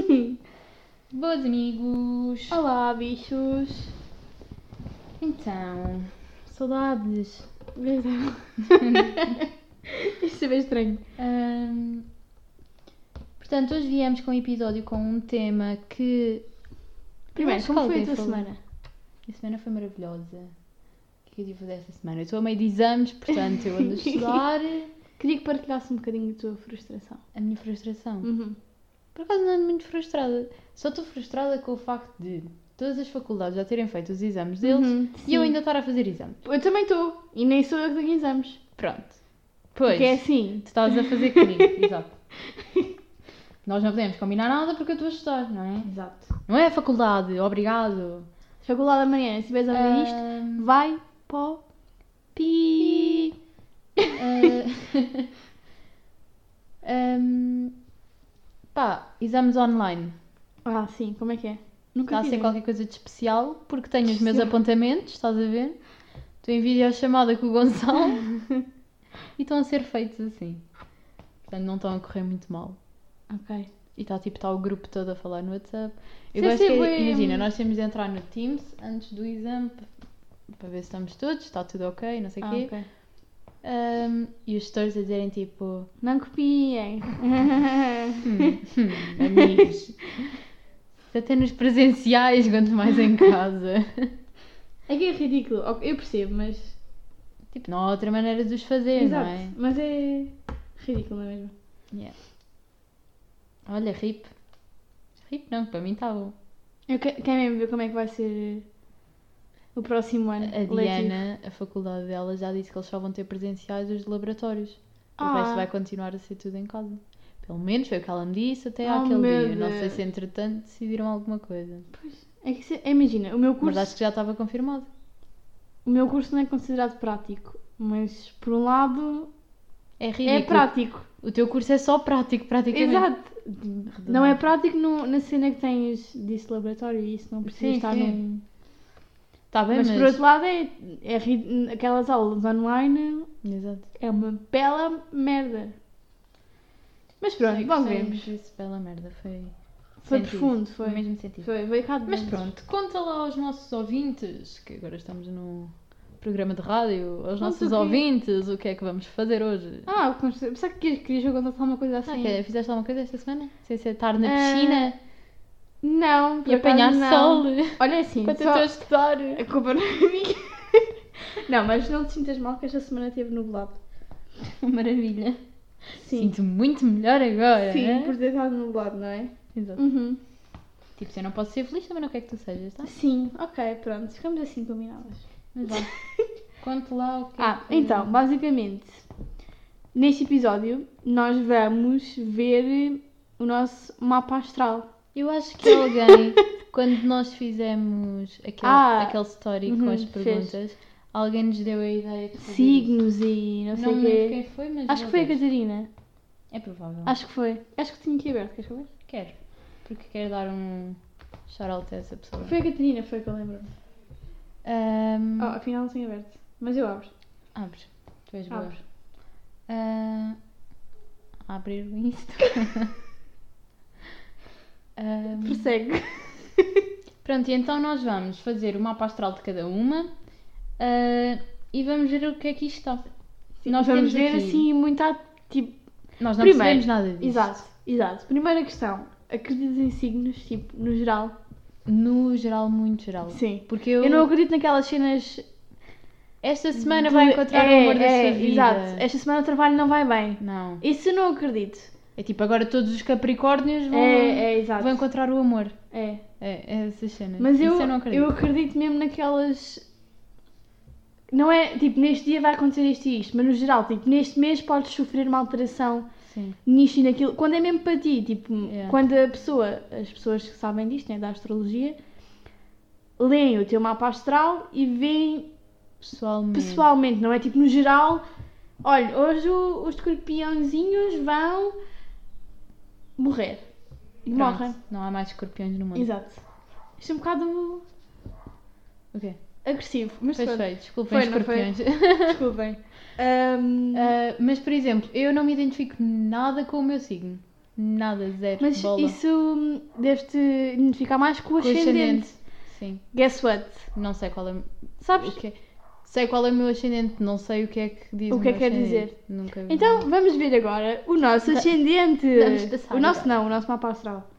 Boas amigos! Olá, bichos. Então, saudades! Então, Isto é bem estranho. Ahm, portanto, hoje viemos com um episódio com um tema que. Primeiro, Acho que como foi alguém a tua falou. semana? A semana foi maravilhosa. O que é que eu tive esta semana? Eu estou a meio de exames, portanto, eu ando a estudar. Queria que partilhasse um bocadinho da tua frustração. A minha frustração. Uhum. Por acaso não ando muito frustrada. Só estou frustrada com o facto de todas as faculdades já terem feito os exames deles Uhum, e eu sim. ainda estar a fazer exame. Eu também estou. E nem sou eu que tenho exames. Pronto. Pois. Porque é assim. Tu estás a fazer comigo, exato. Nós não podemos combinar nada porque eu estou a estudar, não é? Exato. Não é a faculdade, obrigado. Faculdade amanhã, se estiveres a ver Ahm, isto, vai para o pi. eh, ah, ahm, pá, exames online. Ah, sim, como é que é? Nunca Está a fiz ser um. qualquer coisa de especial porque tenho os meus apontamentos, estás a ver? Estou em videochamada com o Gonçalo e estão a ser feitos assim. Portanto, não estão a correr muito mal. Ok. E está tipo, tá o grupo todo a falar no WhatsApp. Eu Sim, gosto sim, que, bué. imagina, nós temos de entrar no Teams antes do exame pa- para ver se estamos todos, está tudo ok, não sei o Ah, quê. ok. Ahm, e os tutores a dizerem tipo, Não copiem. hum, amigos, até nos presenciais, quanto mais em casa. é que é ridículo. Ok, Eu percebo, mas. tipo, não há outra maneira de os fazer, Exato. não é? Mas é ridículo, não é mesmo? Olha, RIP. RIP não, para mim está bom. Eu que- quero mesmo ver como é que vai ser o próximo ano. A letivo. Diana, a faculdade dela, já disse que eles só vão ter presenciais os de laboratórios. O resto Ah. vai continuar a ser tudo em casa. Pelo menos foi o que ela me disse até Oh, àquele meu dia. Não sei Deus. se entretanto decidiram alguma coisa. É que se- imagina, o meu Mas curso, acho que já estava confirmado. o meu curso não é considerado prático, mas por um lado É ridículo. é prático. O teu curso é só prático, praticamente. Exato. Não é prático no- na cena que tens disse laboratório e isso não precisa Sim, estar sim. no. Está Tá bem, Mas, mas... por outro lado é, é ri- aquelas aulas online Exato. é uma bela merda. Mas pronto, Sei- logo sei vemos. que Isso, pela merda, foi... Foi sentido. profundo, foi. No mesmo sentido. Foi, foi errado. Mas mesmo. pronto, conta lá aos nossos ouvintes, que agora estamos num programa de rádio, aos Conta nossos o quê? ouvintes, o que é que vamos fazer hoje? Ah, pensava que querias jogar alguma coisa Ah, assim. que- fizeste alguma coisa esta semana? Sem ser estar na Ah, piscina Não, e por acaso apanhar não. sol Olha assim, enquanto eu só- estou a estudar. A culpa não é minha. Não, mas não te sintas mal que esta semana teve nublado. Maravilha. Sim. Sinto-me muito melhor agora. Sim, né? por ter estado nublado, não é? Exato. Uhum. Tipo, se eu não posso ser feliz, também não quero que tu sejas, tá? Sim, ok, pronto. Ficamos assim combinadas. Mas vá. Conta lá o que é Ah, que- então, basicamente, neste episódio nós vamos ver o nosso mapa astral. Eu acho que alguém, quando nós fizemos aquele, Ah, aquele story com uhum, as fez. perguntas, alguém nos deu a ideia de fazer isto. Signos e Uhum. não Não sei me o lembro quê. quem foi, mas. Acho que vou foi a ver. Catarina. É provável. Acho que foi. Acho que tinha aqui aberto, queres saber? Quero. Porque quero dar um shout-out a essa pessoa. Foi a Catarina, foi que eu lembro. Ahm, Ah, afinal não tinha aberto. Mas eu abro. Abre. Tu és boa. Abro. Ah, a abrir o Insta. Ahm, Persegue. pronto, e então nós vamos fazer o mapa astral de cada uma ah, e vamos ver o que é que isto está. Nós vamos ver assim muito à- tipo. Nós não Primeiro, percebemos nada disso. Exato, exato. Primeira questão. Acreditas em signos, tipo, no geral? No geral, muito geral. Sim. Porque eu, Eu não acredito naquelas cenas. esta semana vai de- encontrar o É, amor da é, sua vida. Exato. Esta semana o trabalho não vai bem. Não. Isso eu não acredito. É tipo, agora todos os capricórnios vão, É, é, exato. vão encontrar o amor. É. É, é essas cenas. Mas eu, Isso eu não acredito. eu acredito mesmo naquelas. Não é tipo, neste dia vai acontecer isto e isto, mas no geral, tipo, neste mês podes sofrer uma alteração Sim. nisto e naquilo, quando é mesmo para ti, tipo, Yeah. quando a pessoa, as pessoas que sabem disto, né, da astrologia, leem o teu mapa astral e veem Hum. Pessoalmente. pessoalmente, não é tipo no geral, olha, hoje o- os escorpiãozinhos vão morrer. E Pronto, morrem. Não há mais escorpiões no mundo. Exato. Isto é um bocado O quê? agressivo, mas Pois pronto, foi, desculpem, Foi, não foi? escorpiões. desculpem. Ahm, Ah, mas, por exemplo, eu não me identifico nada com o meu signo. Nada, zero. Mas bola. isso hum, deve-te identificar mais com o Com o ascendente. Sim. Guess what? Não sei qual é Sabes? o que é- Sei qual é o meu ascendente, não sei o que é que diz O que é meu que quer ascendente. Nunca vi. Então vamos ver agora o nosso ascendente. Vamos passar O nosso agora. não, o nosso mapa astral.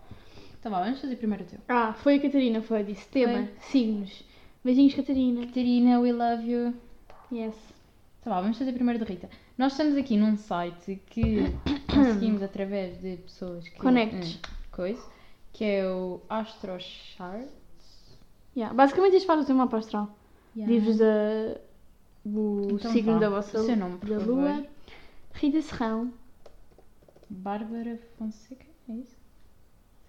Então vá, vamos fazer primeiro o teu. Ah, foi a Catarina, foi, disse. Tema, signos. Beijinhos, Catarina. Catarina, we love you. Yes. Então vá, vamos fazer primeiro de Rita. Nós estamos aqui num site que conseguimos através de pessoas que. Connects. Hum, coisa. Que é o Astrochart. Yeah. Basicamente isto faz o teu mapa astral. Diz-vos da... o Então signo vá, da vossa o seu nome, por da favor. lua. Rita Serrão. Bárbara Fonseca, é isso?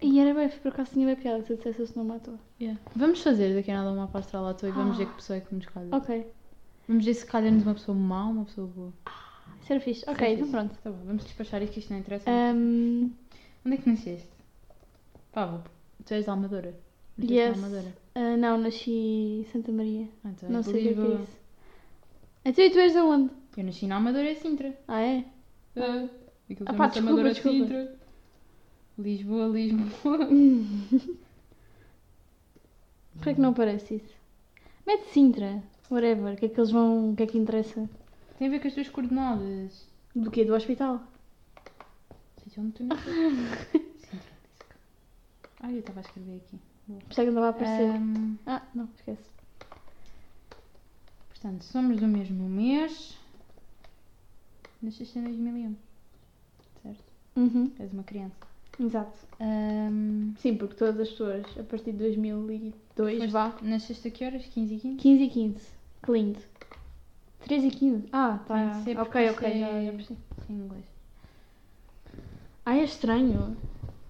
E era bem, por acaso tinha bem piada se eu dissesse esse nome à toa. Vamos fazer daqui a nada uma astral à toa e vamos Ah. ver que pessoa é que nos calha. Ok. Vamos ver se calha-nos uma pessoa má ou uma pessoa boa. Isso era fixe. Ok, Sim, então sim. pronto. Tá bom, vamos despachar isto que isto não interessa. Um, Onde é que nasceste? Pablo, tu és da Almadora. Tu és da Yes. Almadora. ah, não, nasci em Santa Maria. Ah, então não és de sei o que é que Lisboa. é isso. Então e tu és de onde? Eu nasci na Amadora e Sintra. Ah, é? Ah, aquilo Ah, pá, chama-se Amadora desculpa, desculpa. Sintra. Lisboa, Lisboa. Por é que não aparece isso? Mete Sintra. Whatever. O que é que eles vão... O que é que interessa? Tem a ver com as tuas coordenadas. Do quê? Do hospital? Não sei onde tu nasceste. Sintra. Ah, eu estava a escrever aqui. Por isso é que não vai aparecer. Ahm, Ah, não. Esquece. portanto, somos do mesmo mês. Nasceste em 2001. Certo? Uhum. És uma criança. Exato. Ahm, Sim, porque todas as pessoas a partir de 2002 foste- vá. Nasceste a que horas? 15 e 15? 15 e 15. Que lindo. 13 e 15. Ah, Tem tá. de ser Ok, porque ok. isso Já, é- já percebi. Em inglês. Ah, é estranho.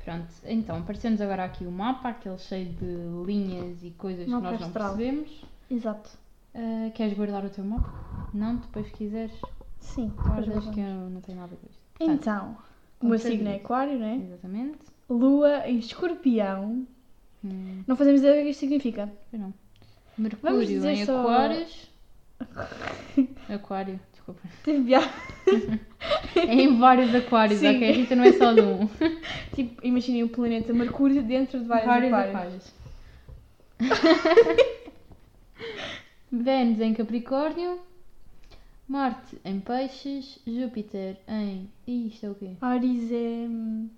Pronto, então apareceu-nos agora aqui o mapa, aquele cheio de linhas e coisas Mapa que nós não astral. percebemos. Exato. Ah, queres guardar o teu mapa? Não, depois quiseres. Sim. é. Guardas que eu não tenho nada a ver com isto. Portanto, Então, o meu Outra signo é vez. aquário, né? Exatamente. Lua em escorpião. Hum, Não fazemos ideia do que isto significa. eu não. Mercúrio dizer em só- Aquários. Aquário, desculpa. Teve piada. É em vários aquários, Sim. ok? A Rita não é só de um. Tipo, imaginem o planeta Mercúrio dentro de vários, Vários aquários. aquários. Vênus em Capricórnio, Marte em Peixes, Júpiter em. Ih, isto é o quê? Ares é. hum,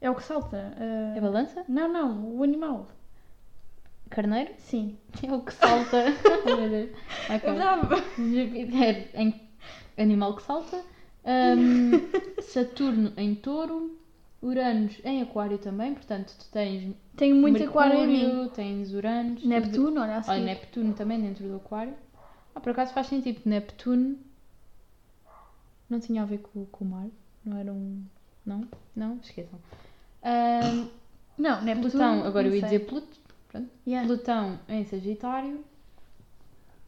É o que salta. ah, É balança? Não, não, o animal. Carneiro? Sim. É o que salta. Oh, meu Deus. Ok. Júpiter em animal que salta, Ahm, Saturno em touro, Uranus em aquário também, portanto tu tens Tenho muito aquário em mim. Mercúrio, tens Uranus, tudo- Neptuno, olha assim. Olha, Neptuno também dentro do aquário. Ah, por acaso faz sentido. Neptuno não tinha a ver com, com o mar. Não era um. Não? Não? Esqueçam. Ahm, Não, Neptuno. Plutão, agora eu não ia dizer sei. Pluto. Pronto. Yeah. Plutão em Sagitário.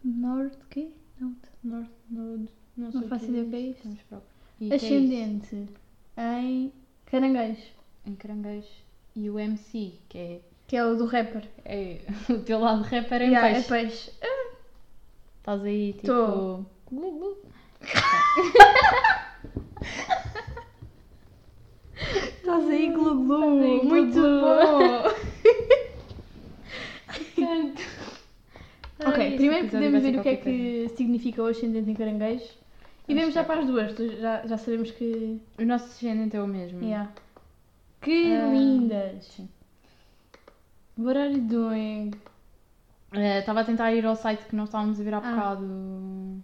Norte, quê? Norte. Norte, Node. Não, Não sei o faço que ideia o que é isto. Vamos para o- E o que é isso? Ascendente em Caranguejo, Em caranguejo. E o MC, que é, que é o do rapper. é o teu lado rapper em Yeah, peixe. É peixe. Estás aí tipo. Tô. Glu, glu. Estás Estás aí, aí, glu Hum, glu. glu, Muito glu. bom. Portanto, ai, ok, este primeiro episódio podemos vai ser ver o que é qualquer coisa. que significa o ascendente em caranguejo. E Vamos vemos já ver. para as duas, tu- já, já sabemos que. O nosso ascendente é o mesmo. Yeah. Que Ah, lindas! sim. Então What are you doing? Eh, Estava a tentar ir ao site que nós estávamos a ver há Ah. bocado.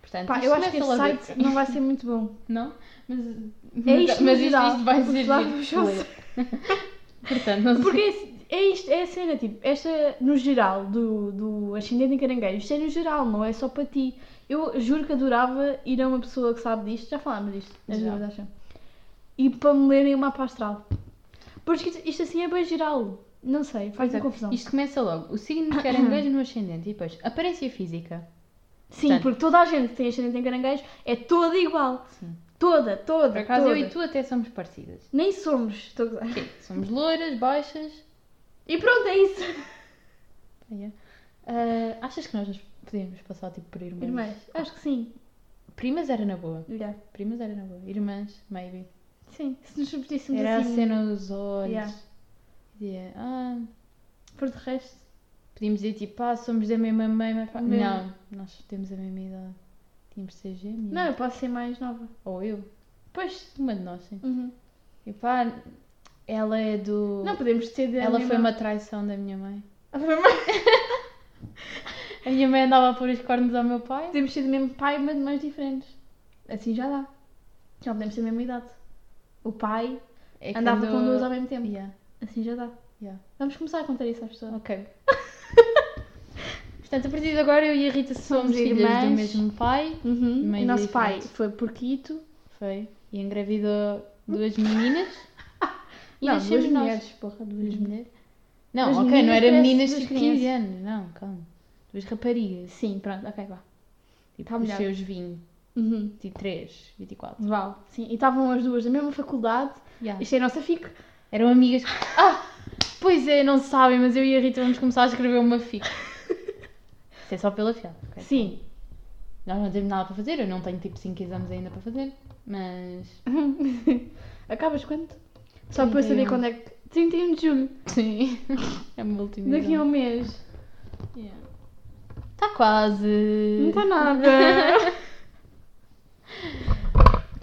Portanto, Pá, isto eu acho que começa logo este site não vai ser muito bom. Não? Mas, É mas- isto, no mas geral, isto vai porque ser lá giro vamos de ao ler. Portanto, não sei. Porque esse- é isto, é a cena, tipo, esta no geral do, do ascendente em caranguejo, isto é no geral, não é só para ti. Eu juro que adorava ir a uma pessoa que sabe disto, já falámos disto, as Já. duas acham. E para me lerem o mapa astral. Porque isto, isto assim é bem geral, não sei, faz-me Portanto, confusão. é, Isto começa logo. O signo de caranguejo no ascendente. E depois, aparência física. Sim, portanto- porque toda a gente que tem ascendente em caranguejo é toda igual. Sim. Toda, toda. Por acaso, toda. eu e tu até somos parecidas. Nem somos, estou a gozar. Ok, Somos loiras, baixas. E pronto, é isso. Ah, é. Ah, achas que nós nos podíamos passar tipo, por irmãs? Irmãs, acho que sim. Primas era na boa. Já. Primas era na boa. Irmãs, maybe. Sim, se nos substituíssemos Era assim. a cena dos olhos. Yeah. Dizia, ah, Por de resto. podíamos dizer tipo, ah, somos da mesma mãe, mas... pá- Mesmo. Não, nós temos a mesma idade. Tínhamos de ser gêmeos. Não, eu posso ser mais nova. Ou eu. Pois. Uma de nós, sim. Uhum. E pá, ela é do... Não podemos ter de. ela foi uma traição da minha mãe. A minha mãe andava a pôr os cornos ao meu pai. Podemos ser do mesmo pai, mas de mães diferentes. Assim já dá. Já podemos ter a mesma idade. O pai É andava quando- com duas ao mesmo tempo. Yeah, Assim já dá. yeah. Vamos começar a contar isso às pessoas. Ok. Portanto, a partir de agora eu e a Rita somos Somos filhas do irmãs. mesmo pai. Uhum. Mães O nosso pai diferentes. foi porquito. Foi. E engravidou duas meninas. E Não, nascemos duas nós. mulheres, porra, duas Duas mulheres. mulheres. Não, Duas ok, não meninas era parece meninas duas tipo crianças. 15 anos. Não, calma. Duas raparigas. Sim, pronto, ok, vá. Tipo, Tá os melhor. seus 20, Uhum. 23, 24. Uau. Sim, e estavam as duas da mesma faculdade. Yeah. Isto é a nossa fic. Eram amigas. Ah! Pois é, não sabem, mas eu e a Rita vamos começar a escrever uma fic. Isso é só pela fiada. ok? Sim. Nós não temos nada para fazer, eu não tenho tipo 5 exames ainda para fazer, mas. Acabas quando? Só para eu 31. saber quando é que. 31 de julho. Sim. É uma última. Daqui a um mês. Está Tá quase. Não tá está nada.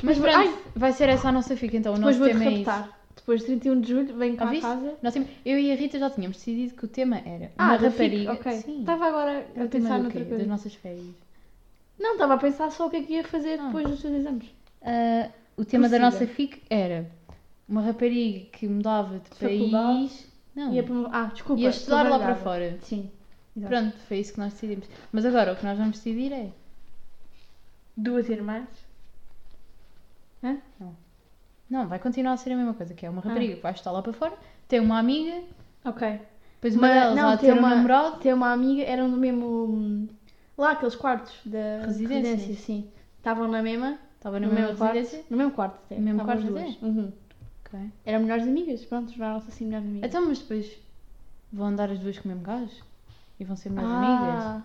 Mas Depois- pronto, Ai! vai ser essa a nossa fica então. O Depois nosso vou-te tema é isso. raptar. Depois de 31 de julho, venho cá a Ouviste? casa. Nós sempre- Eu e a Rita já tínhamos decidido que o tema era Ah, uma da rapariga. fic, ok. Sim. Estava agora Era a o tema pensar do noutra quê? coisa. Das nossas férias. Não, estava a pensar só o que é que ia fazer Ah. depois dos teus exames. Ah, o tema da Prossiga. nossa fic era uma rapariga que mudava de, Faculdade. país. Não. Ia para uma- Ah, desculpa. ia estudar estou lá para baralhada. fora. Sim. Exato. Pronto, foi isso que nós decidimos. Mas agora o que nós vamos decidir é. Duas irmãs. Hã? Não, vai continuar a ser a mesma coisa, que é Ah. uma rapariga que vai estar lá para fora, tem uma amiga, Ok. depois uma Mas- delas não, vai tem ter um uma- namorado. Ter uma amiga, eram do mesmo. hum, Lá, aqueles quartos da Residências. sim. Estavam na mesma. Estava No, na mesma mesmo quarto. residência. No mesmo quarto, até. No mesmo Estavam as quarto, duas. Uhum. Ok. Eram melhores amigas, pronto, tornaram-se assim melhores amigas. Então, mas depois vão andar as duas com o mesmo gajo? E vão ser melhores amigas? Ah.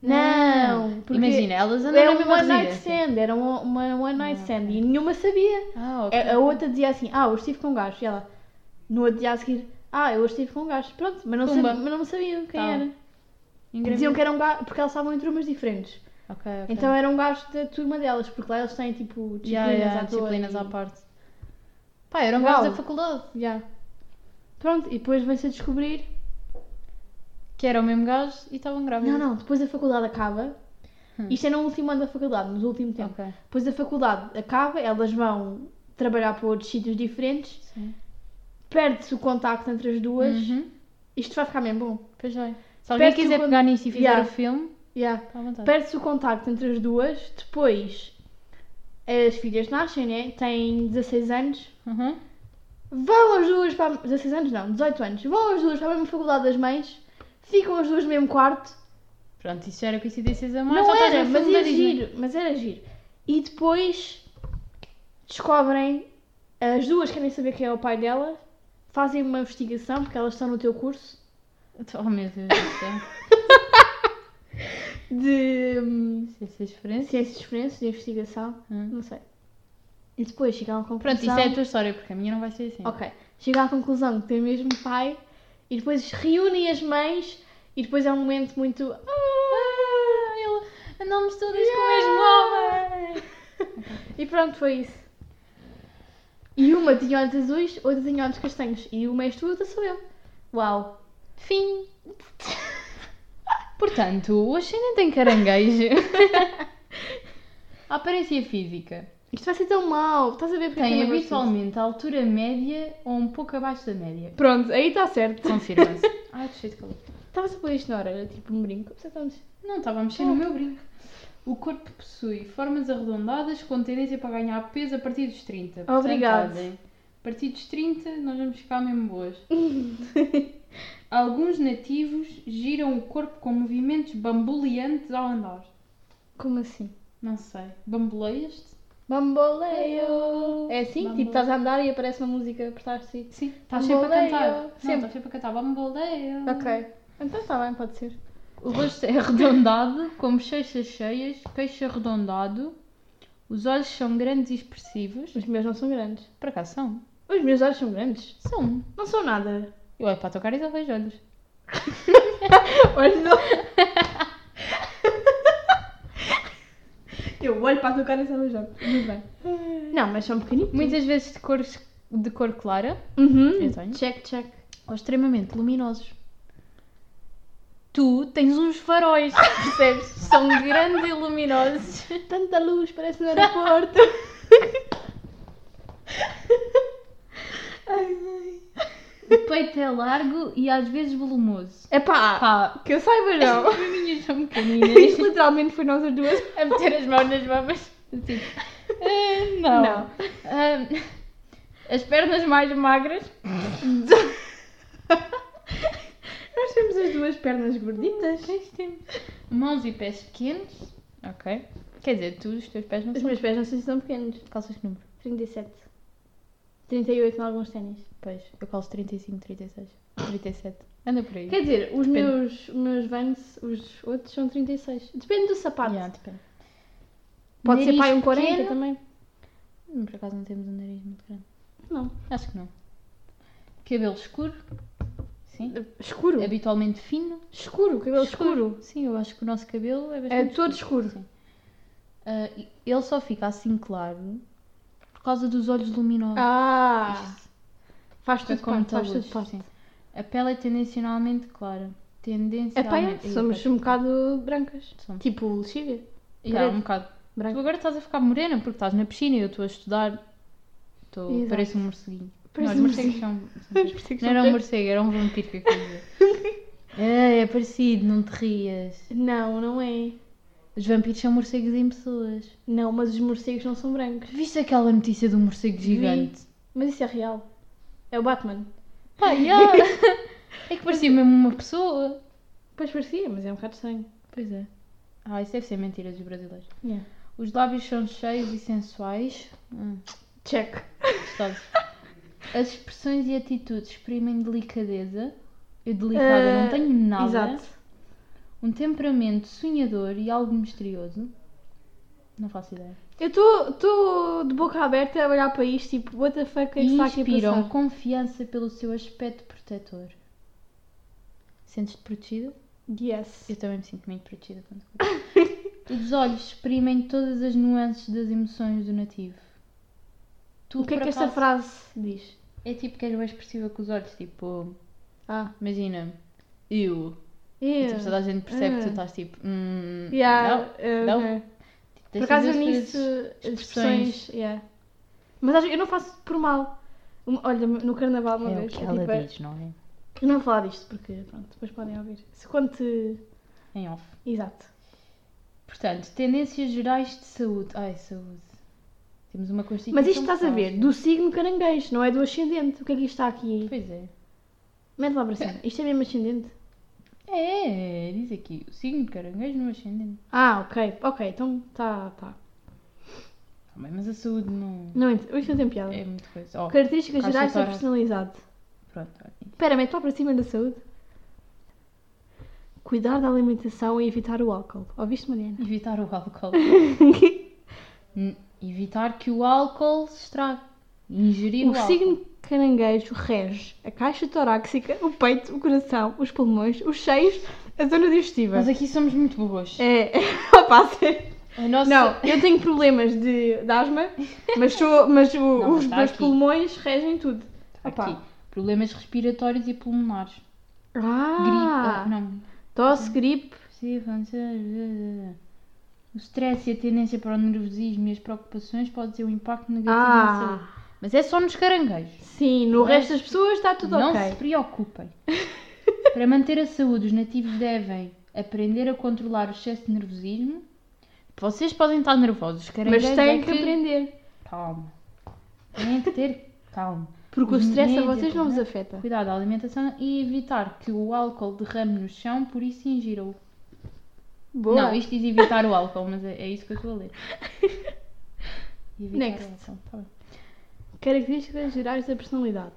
Não! porque Ah, Imagina, elas andam Era na uma mesma one night residência. stand, era uma, uma one night stand e nenhuma sabia. Ah, ok. A, a outra dizia assim: Ah, hoje estive com um gajo. E ela, no outro dia a seguir, Ah, eu hoje estive com um gajo. Pronto, mas não, Pumba. sabia, mas não sabiam quem Tá. era. Engravida. Diziam que era um gajo, porque elas estavam em turmas diferentes. Ok, ok. Então era um gajo da turma delas, porque lá eles têm tipo disciplinas Yeah, yeah, à toa disciplinas e- à parte. Pá, era um gajo Uau. da faculdade, Yeah. Pronto, e depois vem-se a descobrir. que era o mesmo gajo e estavam grávidas. Não, não, depois a faculdade acaba. Hum. Isto é no último ano da faculdade, no último tempo. Ok. Depois a faculdade acaba, elas vão trabalhar para outros sítios diferentes, Sim. perde-se o contacto entre as duas. Uhum. Isto vai ficar mesmo bom. Pois vai. Se alguém Perto do quiser con- pegar nisso e fizer Yeah. o filme, Yeah. está à vontade. Perde-se o contacto entre as duas, depois as filhas nascem, né? Têm 16 anos. Uhum. Vão as duas para. a- 16 anos não, 18 anos. Vão as duas para a mesma faculdade das mães, ficam as duas no mesmo quarto. Pronto, isso já era coincidências a mais. já não estás era, no mas filme da era Disney. giro, mas era giro. E depois descobrem, as duas querem saber quem é o pai dela, fazem uma investigação, porque elas estão no teu curso, Oh meu Deus do céu. de hum, Isso é experiência. ciências forenses, de investigação, Hum. não sei. E depois chegam à conclusão. Pronto, isso é a tua história, porque a minha não vai ser assim. Ok. Chega à conclusão que tem o mesmo pai e depois reúnem as mães e depois é um momento muito. Ah, ele... Andamos todas com o mesmo homem. E pronto, foi isso. E uma tinha olhos azuis, outra tinha olhos castanhos. E uma és tu, outra sou eu. Uau! Fim. Portanto, o ascendente em caranguejo. A aparência física Isto vai ser tão mau! Estás a ver porque é que tem eu não gosto disso? habitualmente a altura média ou um pouco abaixo da média. Pronto, aí está certo. Confirma-se. Ai, que cheio de calor. Estavas a pôr isto na hora, era tipo um brinco. Você está a mexer. Não, estava a mexer no meu brinco. O corpo possui formas arredondadas com tendência para ganhar peso a partir dos 30. Portanto, Obrigada. olhem, A partir dos 30 nós vamos ficar mesmo boas. Alguns nativos giram o corpo com movimentos bamboleantes ao andar. Como assim? Não sei. Bamboleias-te? Bamboleio! É assim? Bamboleio. Tipo, estás a andar e aparece uma música por trás de si. Sim. Estás sempre a Bamboleio. cantar. Não, Sempre. estás sempre a cantar. Bamboleio. Ok. Então está bem, pode ser. O rosto é arredondado, com bochechas cheias, queixo arredondado, Os olhos são grandes e expressivos. Os meus não são grandes. Por acaso são? Os meus olhos são grandes. São. Não são nada. Eu olho para a tua cara e só vejo olhos. Olhos não. Eu olho para a tua cara e só vejo olhos. Muito bem. Não, mas um são pequenitos. Muitas vezes de, cores, de cor clara Eu Uhum. tenho. Check, check. Hum, ou extremamente luminosos. Tu tens uns faróis, percebes? São grandes e luminosos. É Tanta luz, parece um aeroporto. ai, ai. O peito é largo e às vezes volumoso. Epá, Pá, que eu saiba não. as maminhas são pequeninas. Isto literalmente foi nós as duas. A meter as mãos nas mamas. Assim. Ah, não. Não. Ah, as pernas mais magras. Nós temos as duas pernas gorditas. Mãos e pés pequenos. Ok. Quer dizer, tu, os teus pés não Os são. meus pés não sei se são pequenos. Calças que número? 37. 38 em alguns ténis. Pois, eu calço 35, 36, 37. Anda por aí. Quer dizer, os Depende. meus, meus Vans, os outros são 36. Depende do sapato. Yeah, depende. tipo, Pode ser Nariz pai um 40 pequeno? também. Hum, Por acaso não temos um nariz muito grande. Não. Acho que não. Cabelo escuro. Sim. Escuro. É Habitualmente fino. Escuro, cabelo escuro. Sim, eu acho que o nosso cabelo é É bastante. todo escuro. Ah, e- ele só fica assim claro por causa dos olhos luminosos. Ah! Isto Faz é tudo como parte, muita faz luz, tudo parte. sim. A pele é tendencionalmente clara. É pá, é, Tendencialmente. Ih, somos parece- um bocado brancas. Somos. Tipo lexívia. Yeah, um bocado. Tu Branca. agora estás a ficar morena porque estás na piscina e eu estou a estudar. Estou- Exato. Parece um morceguinho. Parece não, um os morcegos são. Não era um Não, morcego, era um vampiro que eu queria dizer. é, é parecido, não te rias. não, não é. Os vampiros são morcegos em pessoas. Não, mas os morcegos não são brancos. Viste aquela notícia do morcego gigante? Mas isso é real. É o Batman. Pá, yeah. É que parecia mesmo uma pessoa. Pois parecia, mas é um bocado estranho. Pois é. Ah, isso deve ser mentira dos brasileiros. Yeah. Os lábios são cheios e sensuais. Hum, Check. gostosos. As expressões e atitudes exprimem delicadeza. Eu delicada Eh, não tenho nada. Exato. Um temperamento sonhador e algo misterioso. Não faço ideia. Eu estou de boca aberta a olhar para isto, tipo, what the fuck é que e está aqui a inspiram passar? confiança pelo seu aspecto protetor. Sentes-te protegida? Yes. Eu também me sinto muito protegida quando Os olhos exprimem todas as nuances das emoções do nativo. Tu, O que é por que esta acaso, frase diz? É tipo que és bem expressiva com os olhos, tipo, Ah. imagina, eu. E, tipo, toda Yeah. a gente percebe que tu Ah. estás tipo, hum, Yeah, eh, não. ok. Tipo, Por tens de acaso eu fazer as nisso, coisas- as expressões. expressões. yeah. Mas acho- eu não faço por mal. Um- Olha, no carnaval uma É o vez. que eu, ela tipo, é- diz, não é? eu não vou falar disto porque, pronto, depois podem ouvir. Se quando te. Em off. Exato. Portanto, tendências gerais de saúde. Ai, saúde. Temos uma constituição. Mas isto estás a frágil. ver do signo caranguejo, não é do ascendente. O que é que isto está aqui? Pois é. Mete lá para cima. Isto é mesmo ascendente? É, diz aqui. O signo de caranguejo no ascendente. Ah, ok. Ok, então tá, tá. Tá bem, mas a saúde não. Não, ent- isto não tem piada. É muita coisa. Oh, Características Caixa gerais da tórax. personalidade. pronto. olha. Espera, mete lá para cima da saúde. Cuidar da alimentação e evitar o álcool. Ouviste, Mariana? Evitar o álcool. N- Evitar que o álcool se estrague. Ingerir o, o álcool. signo caranguejo rege a caixa torácica, o peito, o coração, os pulmões, os cheios, a zona digestiva. Nós aqui somos muito burros. É, opa, a sério. A nossa... Não, eu tenho problemas de, de asma, mas, sou, mas o- Não, mas os tá meus aqui. Tá pulmões regem tudo. Aqui. Opa. Problemas respiratórios e pulmonares. Ah, Gripe. oh, Não. tosse, gripe. Sim, francês. O stress e a tendência para o nervosismo e as preocupações pode ter um impacto negativo na saúde. Ah, Mas é só nos caranguejos. sim, no Mas- resto das pessoas está tudo é? não ok. se preocupem. para manter a saúde, os nativos devem aprender a controlar o excesso de nervosismo. Vocês podem estar nervosos, os Mas caranguejos têm é que aprender. Calma. Têm que ter calma. Porque o Os stress a médicos, vocês não vos né? afeta. Cuidado da alimentação e evitar que o álcool derrame no chão, por isso ingiram-o. Boa. Não, isto diz evitar o álcool, mas é, é isso que eu estou a ler. Evitar Next. o álcool. Tá bem. Características gerais da personalidade.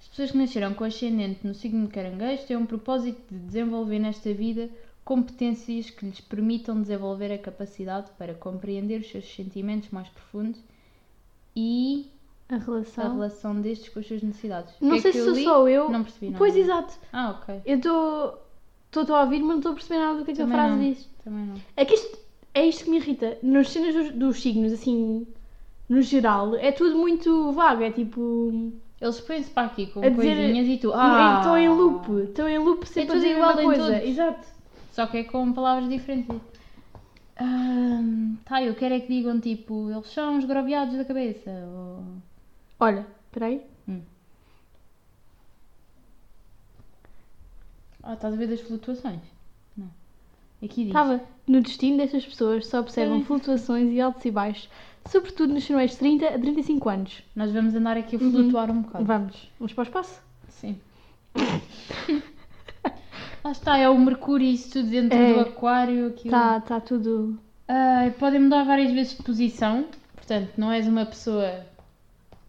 As pessoas que nasceram com ascendente no signo de caranguejo têm um propósito de desenvolver nesta vida competências que lhes permitam desenvolver a capacidade para compreender os seus sentimentos mais profundos e A a relação. relação destes com as suas necessidades. O Então? Não que é sei que se sou li? só eu. Não percebi nada. Pois, exato. Ah, ok. Eu estou a ouvir, mas não estou a perceber nada do que a tua Também frase não. diz. Também não. É que isto, é isto que me irrita. Nas cenas dos, dos signos, assim, no geral, é tudo muito vago. É tipo. Eles põem-se para aqui com A dizer- coisinhas e tu. Ah! É Estão em loop. Estão em loop sempre tudo a dizer igual a mesma em coisa. todos. Exato. Só que é com palavras diferentes. Ahm, tá, eu quero é que digam tipo, eles são os groviados da cabeça. Ou... Olha, peraí. Ah, estás a ver das flutuações? Não. Aqui diz. Estava. No destino destas pessoas só observam Ai. flutuações e altos e baixos, sobretudo nos finais de 30 a 35 anos. Nós vamos andar aqui a Uhum. flutuar um bocado. Vamos. Vamos para o espaço? Sim. Lá está, é o Mercúrio e isso tudo dentro É. do aquário. Aquilo. Está tá tudo. Ah, podem mudar várias vezes de posição. Portanto, não és uma pessoa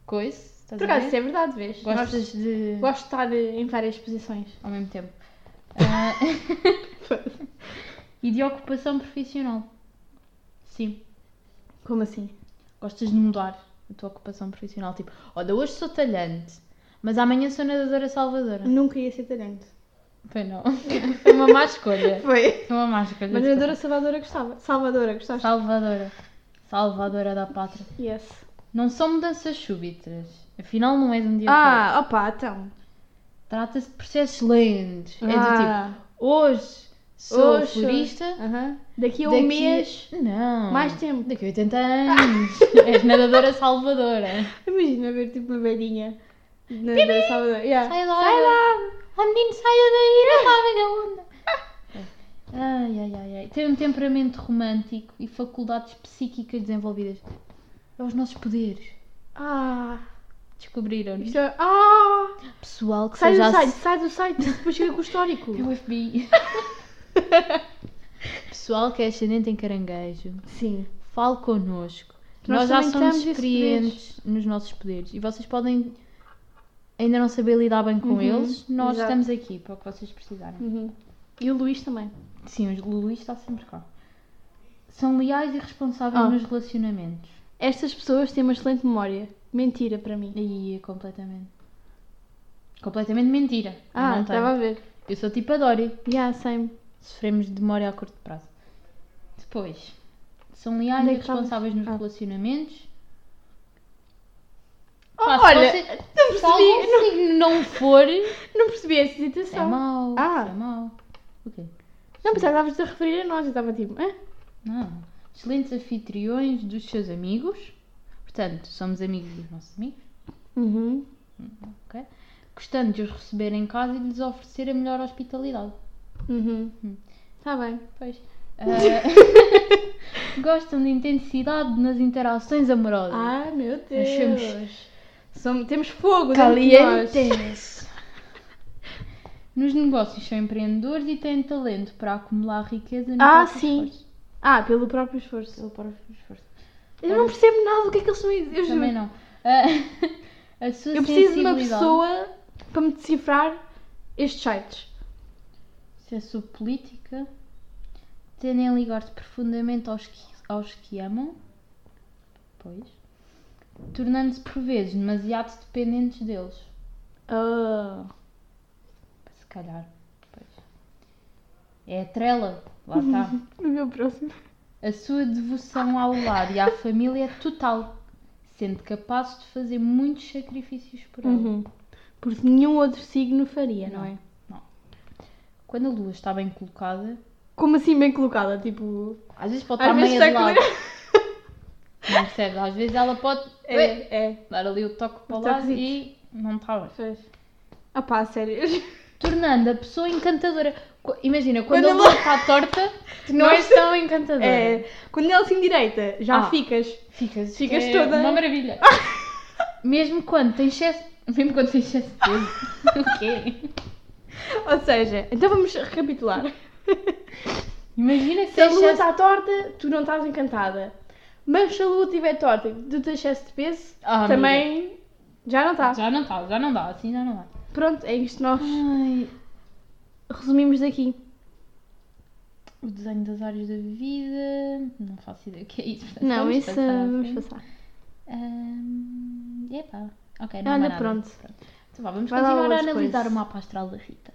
coisa. Estás Por a acaso, ver? isso é verdade, vês? Gostas Gosto- de. Gosto de estar eh, em várias posições. ao mesmo tempo. Ah, e de ocupação profissional. Sim. Como assim? Gostas de mudar a tua ocupação profissional. Tipo, olha, hoje sou talhante, mas amanhã sou nadadora salvadora. Nunca ia ser talhante. Foi não. Foi uma má escolha. Foi. Foi uma má escolha. Mas a Dora Salvadora gostava. Salvadora, gostaste? Salvadora. Salvadora da pátria. Yes. Não são mudanças súbitas. Afinal, não é de um dia para o outro. Ah, opa, então. Trata-se de processos lentos. É do tipo, Ah. hoje sou Hoje sou- florista, Aham. Daqui a um Daqui- mês. Não. Mais tempo. Daqui a 80 anos. És nadadora salvadora. Imagina ver tipo uma velhinha. Na Dora Salvadora. Yeah. Sai lá. Sai lá. Oh menino, saia daí, não vagabunda. É. Ai, ai, ai, ai. Tem um temperamento romântico e faculdades psíquicas desenvolvidas. É os nossos poderes. Ah. Descobriram. Isto é... Ah. Pessoal que Sai do seja site, ass- sai do site. Depois chega com o histórico. É o FBI. Pessoal que é ascendente em caranguejo. Sim. Fale connosco. Nós, Nós já também somos temos esses experientes nos nossos poderes e vocês podem ainda não saber lidar bem com Uhum, eles. Nós exato. estamos aqui para o que vocês precisarem. Uhum. E o Luís também. Sim, o Luís está sempre cá. São leais e responsáveis Ah. nos relacionamentos. Estas pessoas têm uma excelente memória. Mentira para mim. E é completamente. Completamente mentira. Eu Ah, não tenho. estava a ver. Eu sou tipo a Dory. Yeah, same. Sofremos de memória a curto prazo. Depois, são leais Onde é e que estavas? responsáveis nos Ah. relacionamentos. Oh, Pá, se olha, você- não percebi. Se algum signo não for, Não percebi essa é situação. mau. Ah. É mau. O quê? Não, pensava que estavas a referir a nós, eu estava tipo, hã? Não. Excelentes anfitriões dos seus amigos. Portanto, somos amigos dos nossos amigos. Uhum. ok? Gostando de os receber em casa e de lhes oferecer a melhor hospitalidade. Uhum. Está bem. Pois. Ah, gostam de intensidade nas interações amorosas. Ah, meu Deus. Achamos. Somos- temos fogo dentro de nós. Calientes. Nos negócios são empreendedores e têm talento para acumular riqueza no Ah, próprio sim. esforço. Ah, pelo próprio esforço. Pelo próprio esforço. Eu não percebo nada do que é que eles estão a dizer, eu juro. Também não. Ah, a sua Eu preciso de uma sensibilidade- pessoa para me decifrar estes sites. Se a sua política tendem a ligar-se profundamente aos que, aos que amam, pois, tornando-se por vezes demasiado dependentes deles. Ah. Se calhar, pois. É a trela, lá está. O meu próximo. A sua devoção ao lar e à família é total, sendo capaz de fazer muitos sacrifícios por ela. Uhum. Porque nenhum outro signo faria, não, Não. é? Quando a lua está bem colocada, Como assim bem colocada? Tipo. às vezes pode Às estar vezes meio de está lado. colocada- Não percebes? Às vezes ela pode ué, É, é. dar ali o toque para O o lado toquezito. e não está bem. Fez. Ah pá, sério. Tornando a pessoa encantadora. Co- Imagina, quando, Quando a a lua está torta, tu não Não és sei. tão encantadora. É, quando ela se endireita, já Ah. ficas. Ficas, Ficas é toda- Uma maravilha. Mesmo quando tens excesso. Mesmo quando tens excesso de peso. o quê? Ou seja, então vamos recapitular. Imagina que Se a tens Então lua tá- excesso. está torta, tu não estás encantada. Mas se a lua estiver torta e tu tens excesso de peso, Ah, também tá. já não está. Já não está, já não dá, assim já não dá. Ah. Pronto, é isto que nós Ai, resumimos daqui. O desenho das áreas da vida. Não faço ideia o que é isso. portanto, Não, vamos assim. isso é passar à vamos frente. passar. Ahm, epá, ok, não há Olha, mais nada. pronto. Então vá, vamos Vai lá continuar a outras analisar coisas. É, o mapa astral da Rita.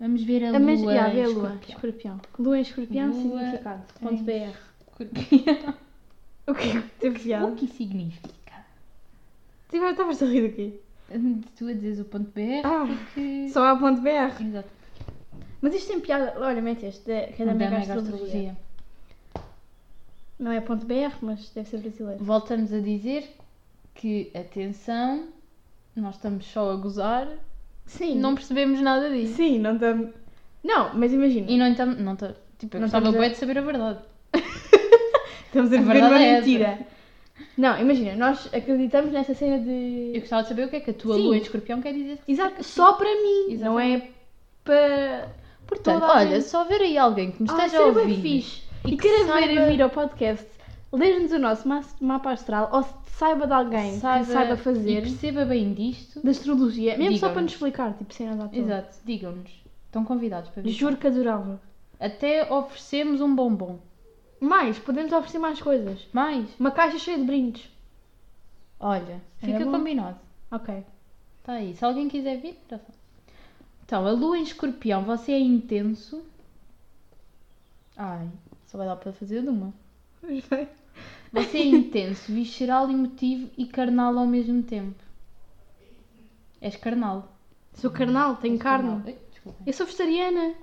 Vamos ver a lua Mas, já, em vê a lua, Escorpião. escorpião. Lua em escorpião, Lua significado. É Ponto em BR. Escorpião. O que é que teve O piada? que significa? Tipo, Estavas a rir do quê? Tu a dizes o ponto BR Ah, que... só há ponto BR. Exato. Mas isto tem piada. Olha, mete este, da- que é da Da mega astrologia. megastrologia. Não é ponto BR, mas deve ser brasileiro. Voltamos a dizer que, atenção, nós estamos só a gozar. Sim. Não percebemos nada disso. Sim, não estamos. Não, mas imagina. E não estamos... Não tam- tipo, eu Não gostava estamos a- bem de saber a verdade. Estamos a A viver uma verdade é essa. mentira. Não, imagina, nós acreditamos nessa cena Eu de. gostava de saber o que é que a tua Sim. lua em escorpião quer dizer. Exato, só para mim, não é para. Portanto, toda a olha, gente. só ver aí alguém que me Ah, esteja a ser ouvir. bem fixe. E E, que queira vir saiba- vir ao podcast, lê-nos o nosso ma- mapa astral ou se saiba de alguém que saiba E fazer perceba bem disto. da astrologia, mesmo só para Digam-nos. nos explicar, tipo, cenas à toa. Exato, digam-nos. Estão convidados para vir. Juro que adorava. Até oferecemos um bombom. Mais, podemos oferecer mais coisas. Mais, Uma caixa cheia de brindes. olha, Era fica bom. combinado. Ok. Está aí. Se alguém quiser vir, já sabe. Então, a lua em escorpião, você é intenso. Ai, só vai dar para fazer de uma. Você é intenso, visceral, emotivo e carnal ao mesmo tempo. És carnal. Sou carnal, tenho És carne. carnal. Ai, desculpa. Eu sou vegetariana.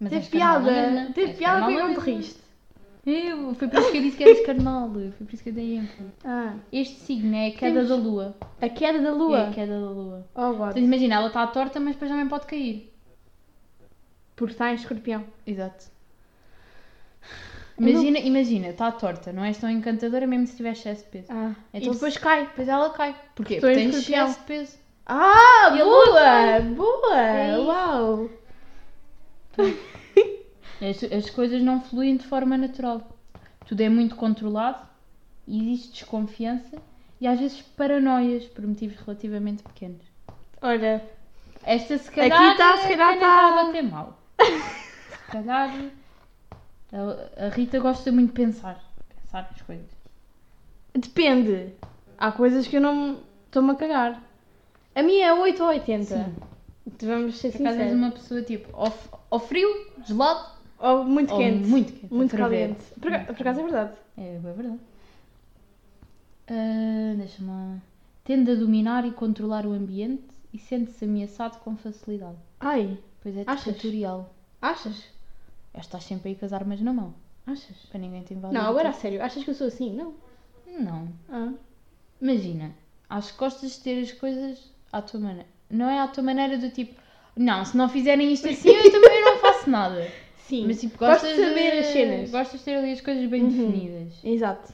Mas Teve és carnal piada. ainda. Teve És piada carnal né? porque não te ainda. riste. Eu, foi por isso que eu disse que eras carnal. Foi por isso que eu dei ênfase. Ah, Este signo é a queda Temos da lua. a queda da lua. É a queda da lua. Oh, God. Portanto, imagina, ela está torta, mas depois também pode cair. Porque está em escorpião. Exato. Imagina, imagina, está torta, não és tão encantadora mesmo se tiver excesso de peso. Ah, Então então e depois cai. Depois ela cai. Porquê? Estou Porque em tens escorpião. excesso de peso. Ah, E a lua boa! Boa! É isso. Uau! As, as coisas não fluem de forma natural. Tudo é muito controlado, existe desconfiança e às vezes paranoias por motivos relativamente pequenos. Olha, Esta se Aqui calhar. tá, se calhar até tá. não a bater mal. Se calhar. A, a Rita gosta muito de pensar. Pensar nas coisas. depende. Há coisas que eu não estou-me a cagar. A minha é 8 ou 80. Sim. Vamos ser Por acaso és sinceros. uma pessoa tipo. Ou, f- ou frio, gelado. Ou muito ou quente. muito quente. Muito fervente. caliente. Por, ca- por acaso é verdade. É, é verdade. Ah, Deixa-me. lá. Tende a dominar e controlar o ambiente e sente-se ameaçado com facilidade. Ai, Pois é, Achas? territorial. achas? Estás sempre aí com as armas na mão. Achas? Para ninguém te invadir. Não, agora a sério. Achas que eu sou assim? Não. Não. Ah. Imagina, às costas de ter as coisas à tua maneira. Não é à tua maneira do tipo, não, se não fizerem isto assim, eu também não faço nada. Sim. Mas tipo, Gosto gostas de saber as cenas. Gostas de ter ali as coisas bem Uhum. definidas. Exato.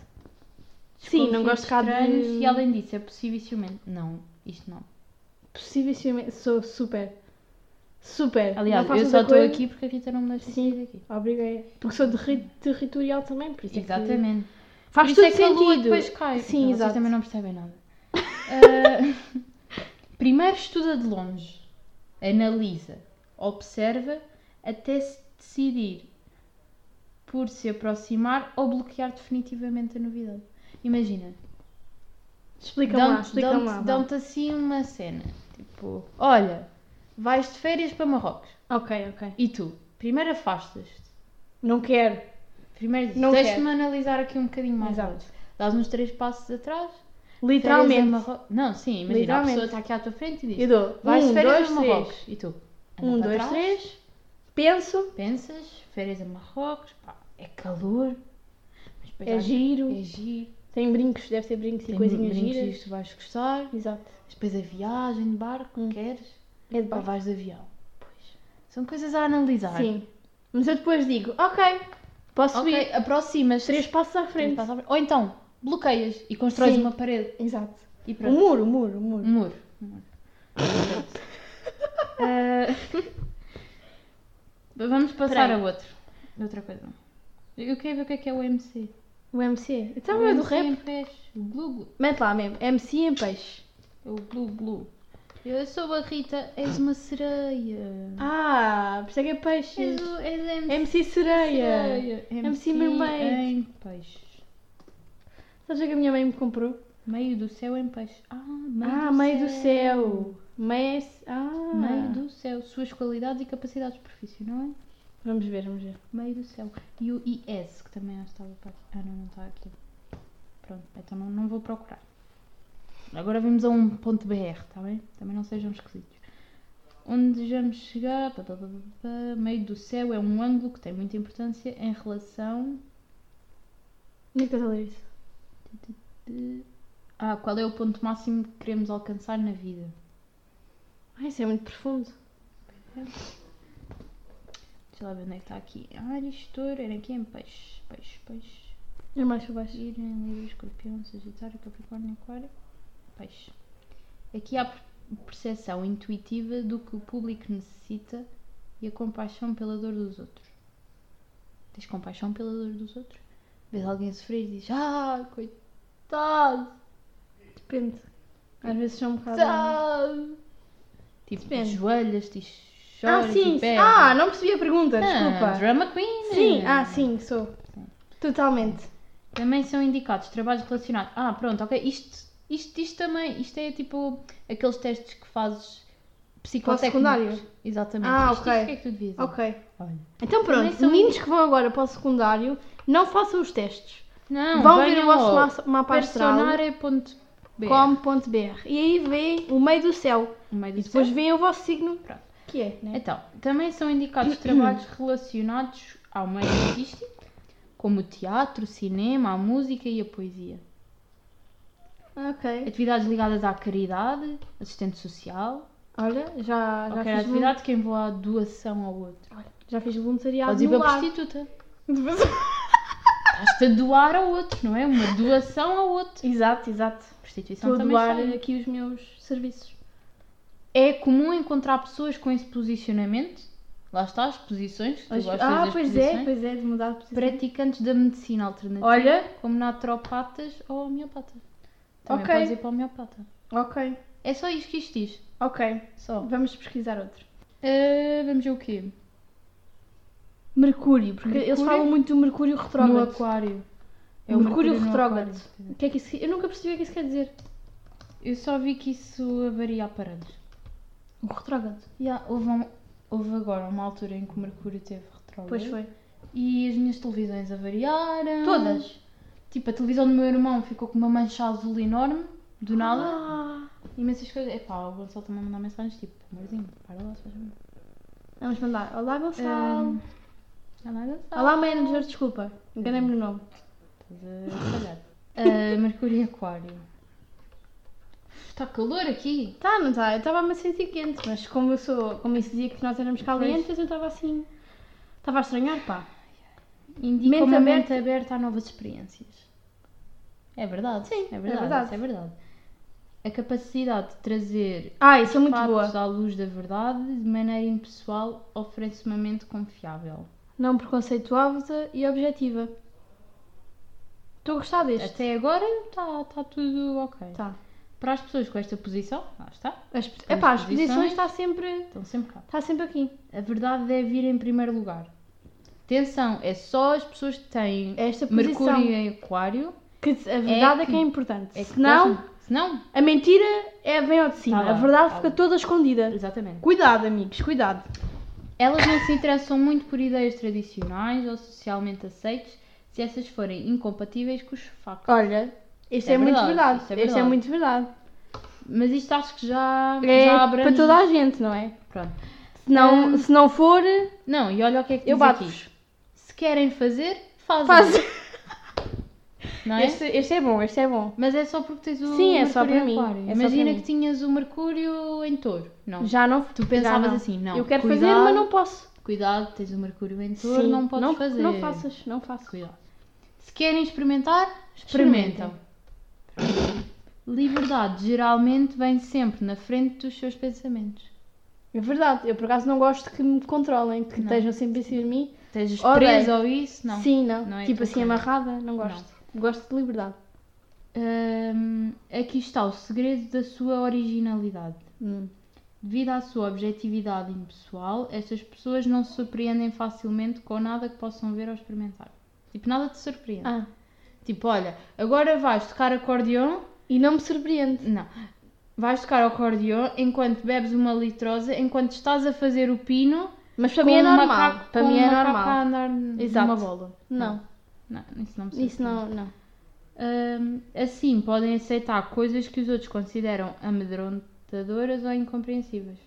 Sim, não Conflitos gosto cá estranhos de... E além disso, é possível e ciumento. Não, isto não. Possivelmente sou super. Super. Aliás, Não eu faças só a estou coisa- aqui porque a Rita não me deixa Sim. sair daqui. Obrigada. Porque sou de ri- territorial também, por isso é que- Exatamente. Faz Por isso todo é que a lua sentido. depois cai. Sim, Vocês exato. também não percebem nada. Ah, primeiro estuda de longe, analisa, observa até se decidir por se aproximar ou bloquear definitivamente a novidade. Imagina, Explica-me lá, dão-te explica-me lá. dão-te- dão-te assim uma cena, tipo, olha, vais de férias para Marrocos vá. Ok, ok. e tu, primeiro afastas-te, Não quero. primeiro dizes, Não deixa-me analisar aqui um bocadinho mais Exato. longe, dás uns três passos atrás Literalmente. Férias a Marro- Não, sim, imagina, Literalmente. a pessoa está aqui à tua frente e Eu diz: dou. vais um, de férias dois, a Marrocos. três. E tu? Anda Um, para dois, trás, três. Penso. Pensas, férias a Marrocos, pá, é calor, mas depois É há- giro. é giro, Tem brincos, deve ter brincos e tem coisinhas brincos giras. que tu vais gostar, Exato. mas depois a viagem de barco, Hum. queres? É de Ou baixo. vais de avião? Pois. São coisas a analisar. Sim. Mas eu depois digo, ok, posso subir. Ok, aproximas. Três passos à frente. Ou então, bloqueias e constróis Sim. uma parede Exato. e Um pronto. muro, um muro, um muro. Um muro. Um muro. Ah, Vamos passar Peraí. a outro. Outra coisa. Eu quero ver o que é que é o MC. O MC. o Então é do MC rap. em pés. O glu glu. Mete lá mesmo. MC em peixe. É o glu glu. Eu sou a Rita, és uma sereia. Ah, por isso é que é peixes. És, o, és MC, MC Sereia. MC, MC mermaid. em peixes. Sabes o que a minha mãe me comprou? Meio do céu em peixe. Ah, meio ah, do meio do céu. céu. Meio é... c- Ah. Meio do céu. Suas qualidades e capacidades profissionais. Vamos ver, vamos ver. Meio do céu. E o IS, que também acho que estava para Ah, não, não está aqui. Pronto, então não, não vou procurar. Agora vimos a um ponto BR, está bem? Também não sejam esquisitos. Onde vamos chegar? tá, Pá, pá, pá, pá, pá. Meio do céu é um ângulo que tem muita importância em relação Onde é que estás a ler isso? de... Ah, qual é o ponto máximo que queremos alcançar na vida? Ah, isso é muito profundo. Deixa lá ver onde é que está aqui. Ah, Aristor, era aqui em peixe, peixe, peixe. É mais para baixo. Virgem, Libra, Escorpião, Sagitário, Capricórnio, Aquário, Peixe. Aqui há per- percepção intuitiva do que o público necessita e a compaixão pela dor dos outros. Tens compaixão pela dor dos outros? Vês alguém sofrer e dizes, ah, Tá coitado, Depende. Às vezes são um bocado... coitado. Tipo, te Depende. joelhas, te Ah, choras sim. e sim. berras. Ah, não percebi a pergunta, Ah, desculpa. drama queen. Sim, ah, sim, sou. Totalmente. Também são indicados trabalhos relacionados. Ah, pronto, ok. Isto, isto, isto também, isto é tipo aqueles testes que fazes psicotécnicos. secundário? Exatamente. Ah, isto, ok. isto o que é que tu devias dizer? Ok. Olha. Então Também pronto, são- meninos que vão agora para o secundário, não façam os testes. Não, vão ver venham o vosso ao ma- mapa astral, personare.br, com.br e aí vê o meio do céu. no meio do E depois céu. veem o vosso signo. Pronto. Que é, né? Então, também são indicados trabalhos relacionados ao meio artístico, como o teatro, o cinema, a música e a poesia. Ok. Atividades ligadas à caridade, assistente social, Olha, já, já, qualquer fiz, volun- atividade que envolva a doação ao outro. Olha, já fiz voluntariado Podes ir no para lar. prostituta. Estás-te a doar ao outro, não é? Uma doação ao outro. exato, exato. Então Prostituição Estou a também doar sai. aqui os meus serviços. É comum encontrar pessoas com esse posicionamento. Lá está, as posições. Tu As- gostas Ah, das pois posições. é, pois é, de mudar de posição. Praticantes da medicina alternativa. Olha. Como naturopatas ou homeopata. Também Ok. podes ir para homeopata. Ok, É só isto que isto diz. ok. Só. Vamos pesquisar outro. Ah, vamos ver o quê? Mercúrio, porque eles Mercúrio? falam muito do Mercúrio retrógrado. No aquário. É Mercúrio no retrógrado. aquário. O que é que isso... Eu nunca percebi o que é que isso quer dizer. Eu só vi que isso avaria aparelhos. O retrógrado. Ya, houve, um- houve agora uma altura em que o Mercúrio teve retrógrado. Pois foi. E as minhas televisões avariaram. Todas? Tipo, a televisão do meu irmão ficou com uma mancha azul enorme, do nada. Ah, Imensas coisas. Epá, o Gonçalo também mandou mensagens tipo, amorzinho, para lá, se faz favor. vamos mandar. Olá, Gonçalo. Ahm, Olá, Gonçalo. Olá, manager, desculpa. Enganei-me no nome. Estás a falhar. é, Ah, Mercúrio e Aquário. Está calor aqui. Tá, não tá? Eu estava a me sentir quente, mas como eu sou, como isso dizia que nós éramos calientes, eu estava assim. Estava a estranhar, pá. Indica Mente uma aberta. mente aberta a novas experiências. É verdade. Sim, é é verdade. verdade. isso é verdade. A capacidade de trazer Ai, sou Ah, é muito fatos boa. à luz da verdade de maneira impessoal oferece uma mente confiável. Não preconceituosa e objetiva. Estou a gostar deste. Até agora está tudo ok. Tá. Para as pessoas com esta posição, lá está, As, epá, as posições. posições está sempre, estão sempre cá. está sempre aqui. A verdade deve vir em primeiro lugar. Atenção, é só as pessoas que têm Esta É posição. Mercúrio em Aquário. Que a verdade é, que que- é importante. É que Senão, gostam- Senão, a mentira é vem ao de cima. Tá lá, a verdade tá fica lá. toda escondida. exatamente. Cuidado, amigos, cuidado. Elas não se interessam muito por ideias tradicionais ou socialmente aceites se essas forem incompatíveis com os factos. Olha, isto É é, muito verdade, verdade. isto é Isto é verdade. muito verdade. Mas isto acho que já, É já para abrange. toda a gente, não é? Pronto. Se não, Hum. se não for, Não, e olha o que é que diz eu aqui. bato-vos. Se querem fazer, fazem. Faz. Não é? Este, este é bom, este é bom. Mas é só porque tens o Sim, é só Mercúrio para em mim, Aquário. é só Imagina para que mim. tinhas o Mercúrio em Touro. Não. Já não. Tu já pensavas assim, não, Eu quero cuidado, fazer, mas não posso. Cuidado, tens o Mercúrio em Touro, Sim, não podes fazer. Não faças, não faço. Cuidado. Se querem experimentar, experimentam. Liberdade geralmente vem sempre na frente dos seus pensamentos. É verdade, eu por acaso não gosto que me controlem, que Não. estejam sempre em cima de mim. Estejas Odeio. preso ou isso? Não. Sim, não. Não é tipo tua assim, cena. amarrada, não gosto. Gosto de liberdade. Hum, aqui está o segredo da sua originalidade. Hum. Devido à sua objetividade impessoal, estas pessoas não se surpreendem facilmente com nada que possam ver ou experimentar. Tipo, nada te surpreende. Ah, Tipo, olha, agora vais tocar acordeão. e não me surpreende. Não. Vais tocar acordeão enquanto bebes uma litrosa, enquanto estás a fazer o pino. Mas para com mim é um normal. macaco- para com mim é um macaco A normal. andar numa Exato. bola. Não, Não, isso não me surpreende. isso não, não. Hum, assim, podem aceitar coisas que os outros consideram amedrontadoras ou incompreensíveis.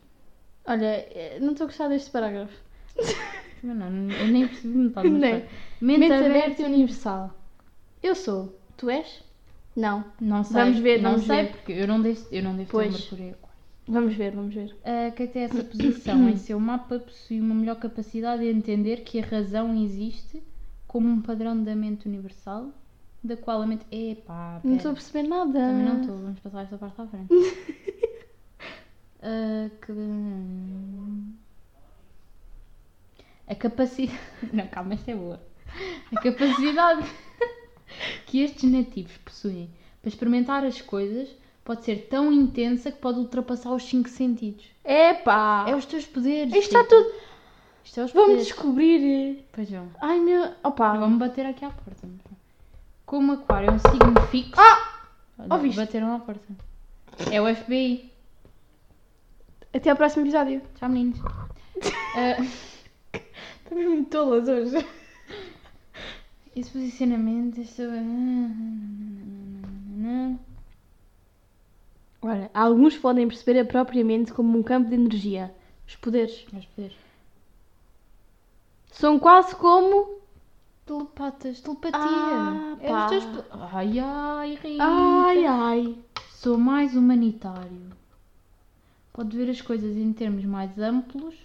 Olha, eh, não estou a gostar deste parágrafo. Mas não, eu nem percebi metade, mas Nem. pronto. Mente, Mente aberta, aberta e universal. Eu sou. Tu és? Não. Não sei. Vamos ver, não vamos sei, ver. porque eu não devo, eu não devo ter Pois. Mercúrio em Aquário. Vamos ver, vamos ver. A que até essa posição em seu mapa possui uma melhor capacidade de entender que a razão existe como um padrão da mente universal, da qual a mente. Epá, Não pera. estou a perceber nada. Também não estou, vamos passar esta parte à frente. Ah, que- A capacidade. Não, calma, esta é boa. A capacidade que estes nativos possuem para experimentar as coisas pode ser tão intensa que pode ultrapassar os cinco sentidos. Epá! É os teus poderes. Isto está tipo. tudo. Isto é os Vamos poderes. descobrir. Pois vão. Ai meu. Opa! Vamos Ah, bater aqui à porta. mas pronto. Como aquário é um signo fixo. Olha, Ah! Ouviste? Bateram à porta. É o FBI. Até ao próximo episódio. Tchau, meninos. Ah, Estamos muito tolas hoje. esse posicionamento, Ah, esta. Olha, alguns podem perceber a própria mente como um campo de energia. Os poderes. Meus poderes. São quase como. Telepatas, telepatia. Ah, é pá. os teus po- Ai, ai, Rita. Ai ai. Sou mais humanitário. Pode ver as coisas em termos mais amplos.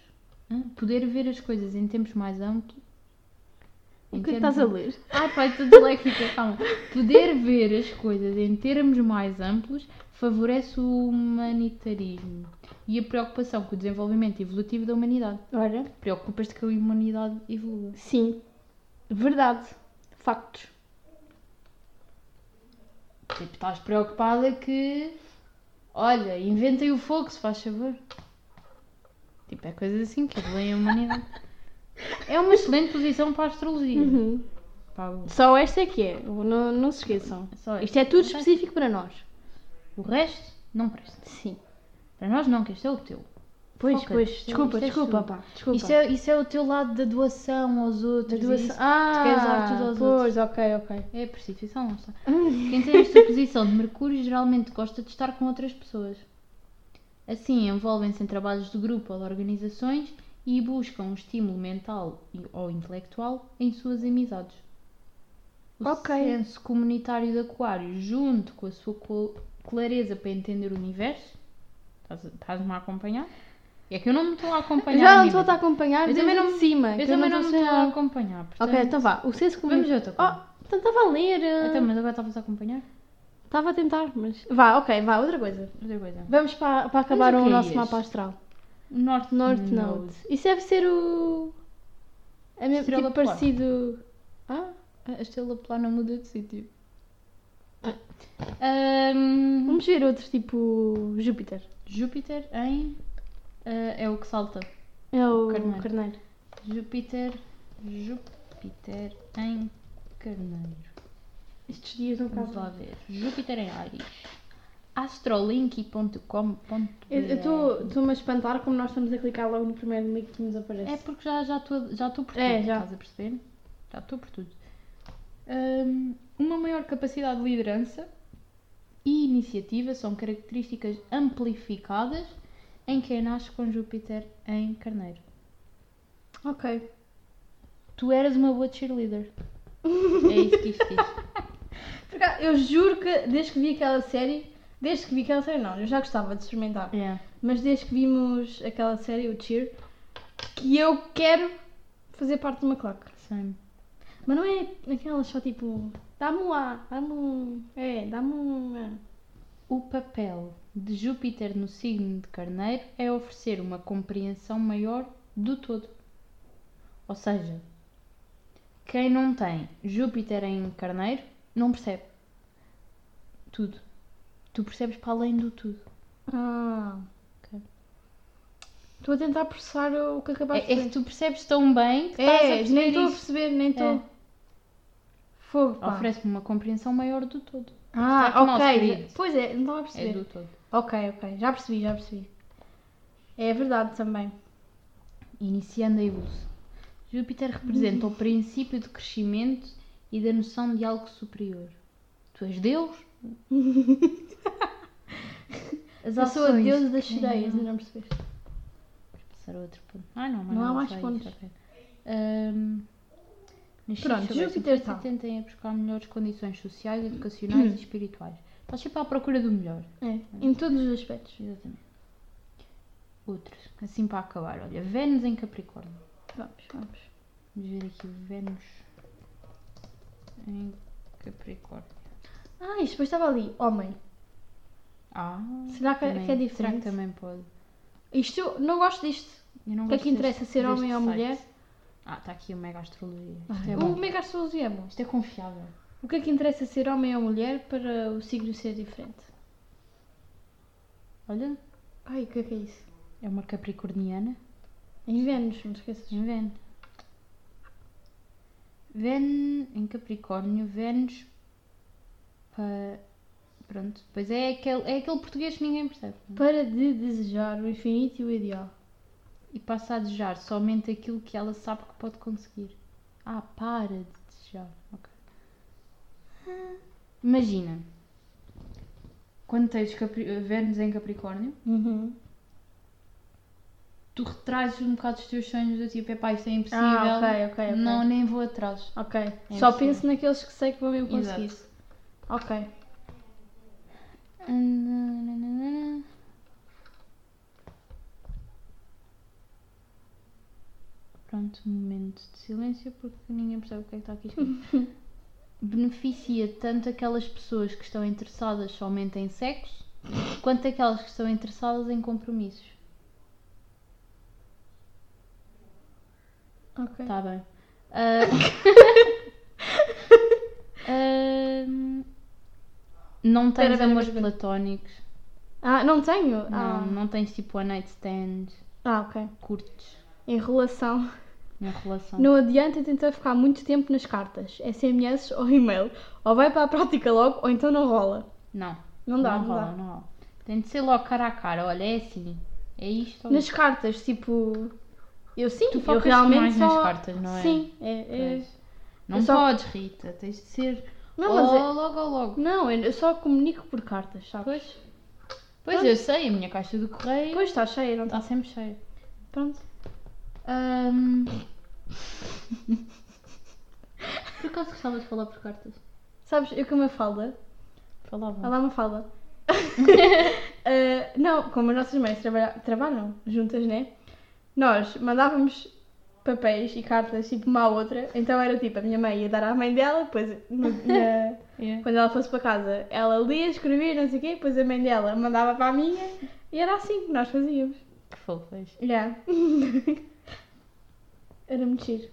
Hã? Poder ver as coisas em termos mais amplos. O que é que estás a ler? Ai, pai, estou disléxica, calma. Poder ver as coisas em termos mais amplos favorece o humanitarismo e a preocupação com o desenvolvimento evolutivo da humanidade. Olha. Preocupas-te que a humanidade evolua. Sim. Verdade. Factos. Tipo, estás preocupada que. Olha, inventem o fogo, se faz favor. Tipo, é coisas assim que evoluem a humanidade. É uma excelente posição para a astrologia. Uhum. Pá, o- Só esta é que é. Não, não se esqueçam. só Isto é tudo O resto- específico para nós. O resto não presta. Sim. Para nós não, que este é o teu. Pois, Foca-te. pois. Isto é- Desculpa, isto é desculpa, absurdo. pá. Desculpa. Isso é, isso é o teu lado da doação aos outros. e isso. Ah, queres dar tudo aos pois, ok, ok. É a prostituição, não está. Quem tem esta posição de Mercúrio geralmente gosta de estar com outras pessoas. Assim, envolvem-se em trabalhos de grupo ou de organizações e buscam um estímulo mental e- ou intelectual em suas amizades. O Ok. senso comunitário de Aquário, junto com a sua co- clareza para entender o universo, Estás- estás-me a acompanhar? É que eu não me estou a acompanhar. Já a não nível- estou a te acompanhar, Eu desde também não- de cima. que Eu também não me estou estou a a acompanhar. Portanto... Ok, então vá. O senso comum. Vamos a outra coisa. Oh, então estava a ler. Então, mas agora estavas a acompanhar? Estava a tentar, mas. Vá, ok, vá, outra coisa. Outra coisa. Vamos para, para acabar Mas o o que é nosso este? Hum, mapa astral. Norte Norte Node. Node. Isso deve ser o. É mesmo Estrela tipo polar. parecido. Ah? A estrela polar não muda de sítio. Ah. Ahm, Vamos ver outro tipo Júpiter. Júpiter em. ah, é o que salta. É o Carneiro. carneiro. Júpiter. Júpiter em Carneiro. Estes dias não Vamos lá casam. ver. Júpiter em Ares. Astrolink.com.br Eu estou-me a espantar como nós estamos a clicar logo no primeiro link que nos aparece. É porque já já estou já estou por tudo, É, já. estás a perceber? Já estou por tudo. Hum, uma maior capacidade de liderança e iniciativa são características amplificadas em quem nasce com Júpiter em Carneiro. É, Ok. Tu eras uma boa cheerleader. É isso que isto diz. Por acaso, eu juro que desde que vi aquela série. Desde que vi aquela série, não, eu já gostava de experimentar. É. Mas desde que vimos aquela série, o Cheer, que eu quero fazer parte de uma claque. Sim. Mas não é aquela só tipo. Dá-me lá, dá-me um. É, dá-me um. O papel de Júpiter no signo de Carneiro é oferecer uma compreensão maior do todo. Ou seja, quem não tem Júpiter em Carneiro não percebe tudo. Tu percebes para além do tudo. Ah. Estou a tentar processar o que acabaste É, é de que dizer. tu percebes tão bem que estás a É, perceber nem estou a isso. perceber, nem estou. É. Fogo, pá. Oferece-me uma compreensão maior do todo. Ah, Está com mau ok. espírito. Pois é, não estava a É perceber. do todo. Ok, ok. Já percebi, já percebi. É verdade também. Iniciando a evolução. Júpiter representa o princípio de crescimento e da noção de algo superior. Tu és Deus? As Eu sou a ações- deusa das sereias, Não, ainda não percebeste. passar a outro ponto. Ah, não, mas Não há mais só isso, pontos. ok. Ahm, nascidos Pronto, sob essa Júpiter força, tal. tentem a buscar melhores condições sociais, educacionais e espirituais. Estás sempre à procura do melhor. É, em todos os aspectos. Exatamente. Outros, assim para acabar. Olha, Vênus em Capricórnio. Vamos, vamos. Vamos ver aqui Vênus em Capricórnio. Ah, isto depois estava ali. Homem. Ah, Será que, também- que Será é que diferente? também pode? Isto, não gosto disto. Eu não O que é gosto que interessa deste- ser deste homem ou site. mulher? Ah, está aqui o Mega Astrologia. Ah, Isto é o bom. mega astrologia é bom. Isto é confiável. O que é que interessa ser homem ou mulher para o signo ser diferente? Olha, Ai, o que é que é isso? é uma capricorniana. Em Vênus, não te esqueças. Em Vênus. Vênus em Capricórnio, Vênus pa- Pronto, pois é aquele, é aquele português que ninguém percebe. é? Para de desejar o infinito e o ideal. E passa a desejar somente aquilo que ela sabe que pode conseguir. Ah, para de desejar. ok. Imagina, quando tens Capri- Vênus em Capricórnio, Uhum. tu retrazes um bocado os teus sonhos do tipo, epá, isto é impossível, Ah, ok, ok, ok. não, nem vou atrás. Ok. É Só impossível. penso naqueles que sei que vão eu conseguir. Exato. Ok. Pronto, um momento de silêncio porque ninguém percebe o que é que está aqui escrito. Beneficia tanto aquelas pessoas que estão interessadas somente em sexo quanto aquelas que estão interessadas em compromissos. Ok. Está Tá bem. Ah, ah, não Espera, tens espera, amores espera. platónicos. Ah, não tenho? Não, Ah. não tens tipo one night stand, ah, ok. curtes Em relação. na relação. Não adianta tentar ficar muito tempo nas cartas, É SMS ou e-mail. Ou vai para a prática logo, ou então não rola. Não. Não dá, não, não, rola, dá. não rola. Tem de ser logo cara a cara, olha, é assim. É isto. ou Nas cartas, tipo. Eu sim, Tu eu focas-te realmente mais só... nas cartas, não é? Sim, é. é- Pois. Não eu só- podes, Rita. Tens de ser Não, ou mas é- logo ou logo. Não, eu só comunico por cartas, sabe? Oh. Pois. Pois eu sei, a minha caixa do correio Pois está cheia, não está? está sempre cheia. Pronto. Ahm. Por acaso gostavas de falar por cartas? Sabes, é eu com uma falda. Falava. Olá, uma falda. Eh, não, como as nossas mães trabalha- trabalham juntas, né? Nós mandávamos papéis e cartas tipo uma à outra, então era tipo a minha mãe ia dar à mãe dela, depois no- na- Yeah. quando ela fosse para casa ela lia, escrevia, não sei o quê, depois a mãe dela mandava para a minha e era assim que nós fazíamos. Que fofas. Yeah. Era muito giro.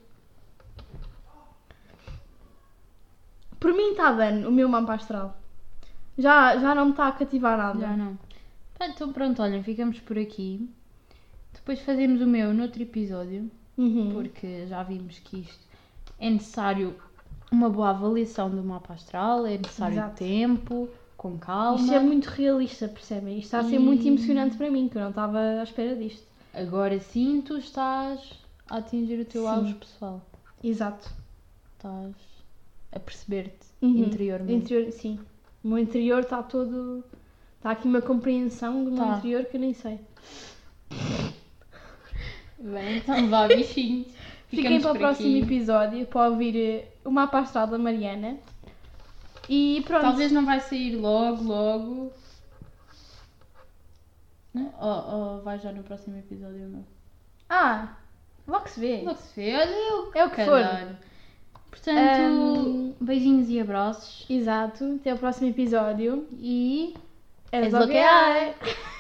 Por mim está dando o meu mapa astral. Já, já não me está a cativar nada. Já não. Pá, Então pronto, olhem, ficamos por aqui. Depois fazemos o meu noutro episódio, Uhum. porque já vimos que isto é necessário uma boa avaliação do mapa astral, é necessário Exato. tempo, com calma. Isto é muito realista, percebem? Isto está a ser muito emocionante para mim, que eu não estava à espera disto. Agora sim tu estás a atingir o teu Sim. auge pessoal. Exato. Estás a perceber-te Uhum. interiormente. Interior, sim. O meu interior está todo. Está aqui uma compreensão do meu Tá. interior que eu nem sei. Bem, então vá, bichinhos. Fiquem Ficamos para o por próximo aqui. episódio para ouvir eh, o mapa astral da Mariana. E pronto. Talvez não vai sair logo, logo. Né? Ou, ou vai já no próximo episódio não? Ah, logo se vê. Logo se vê, olha eu. É o que for. caralho. Portanto, beijinhos e abraços. Exato. Até o próximo episódio. E. É És o o que que é.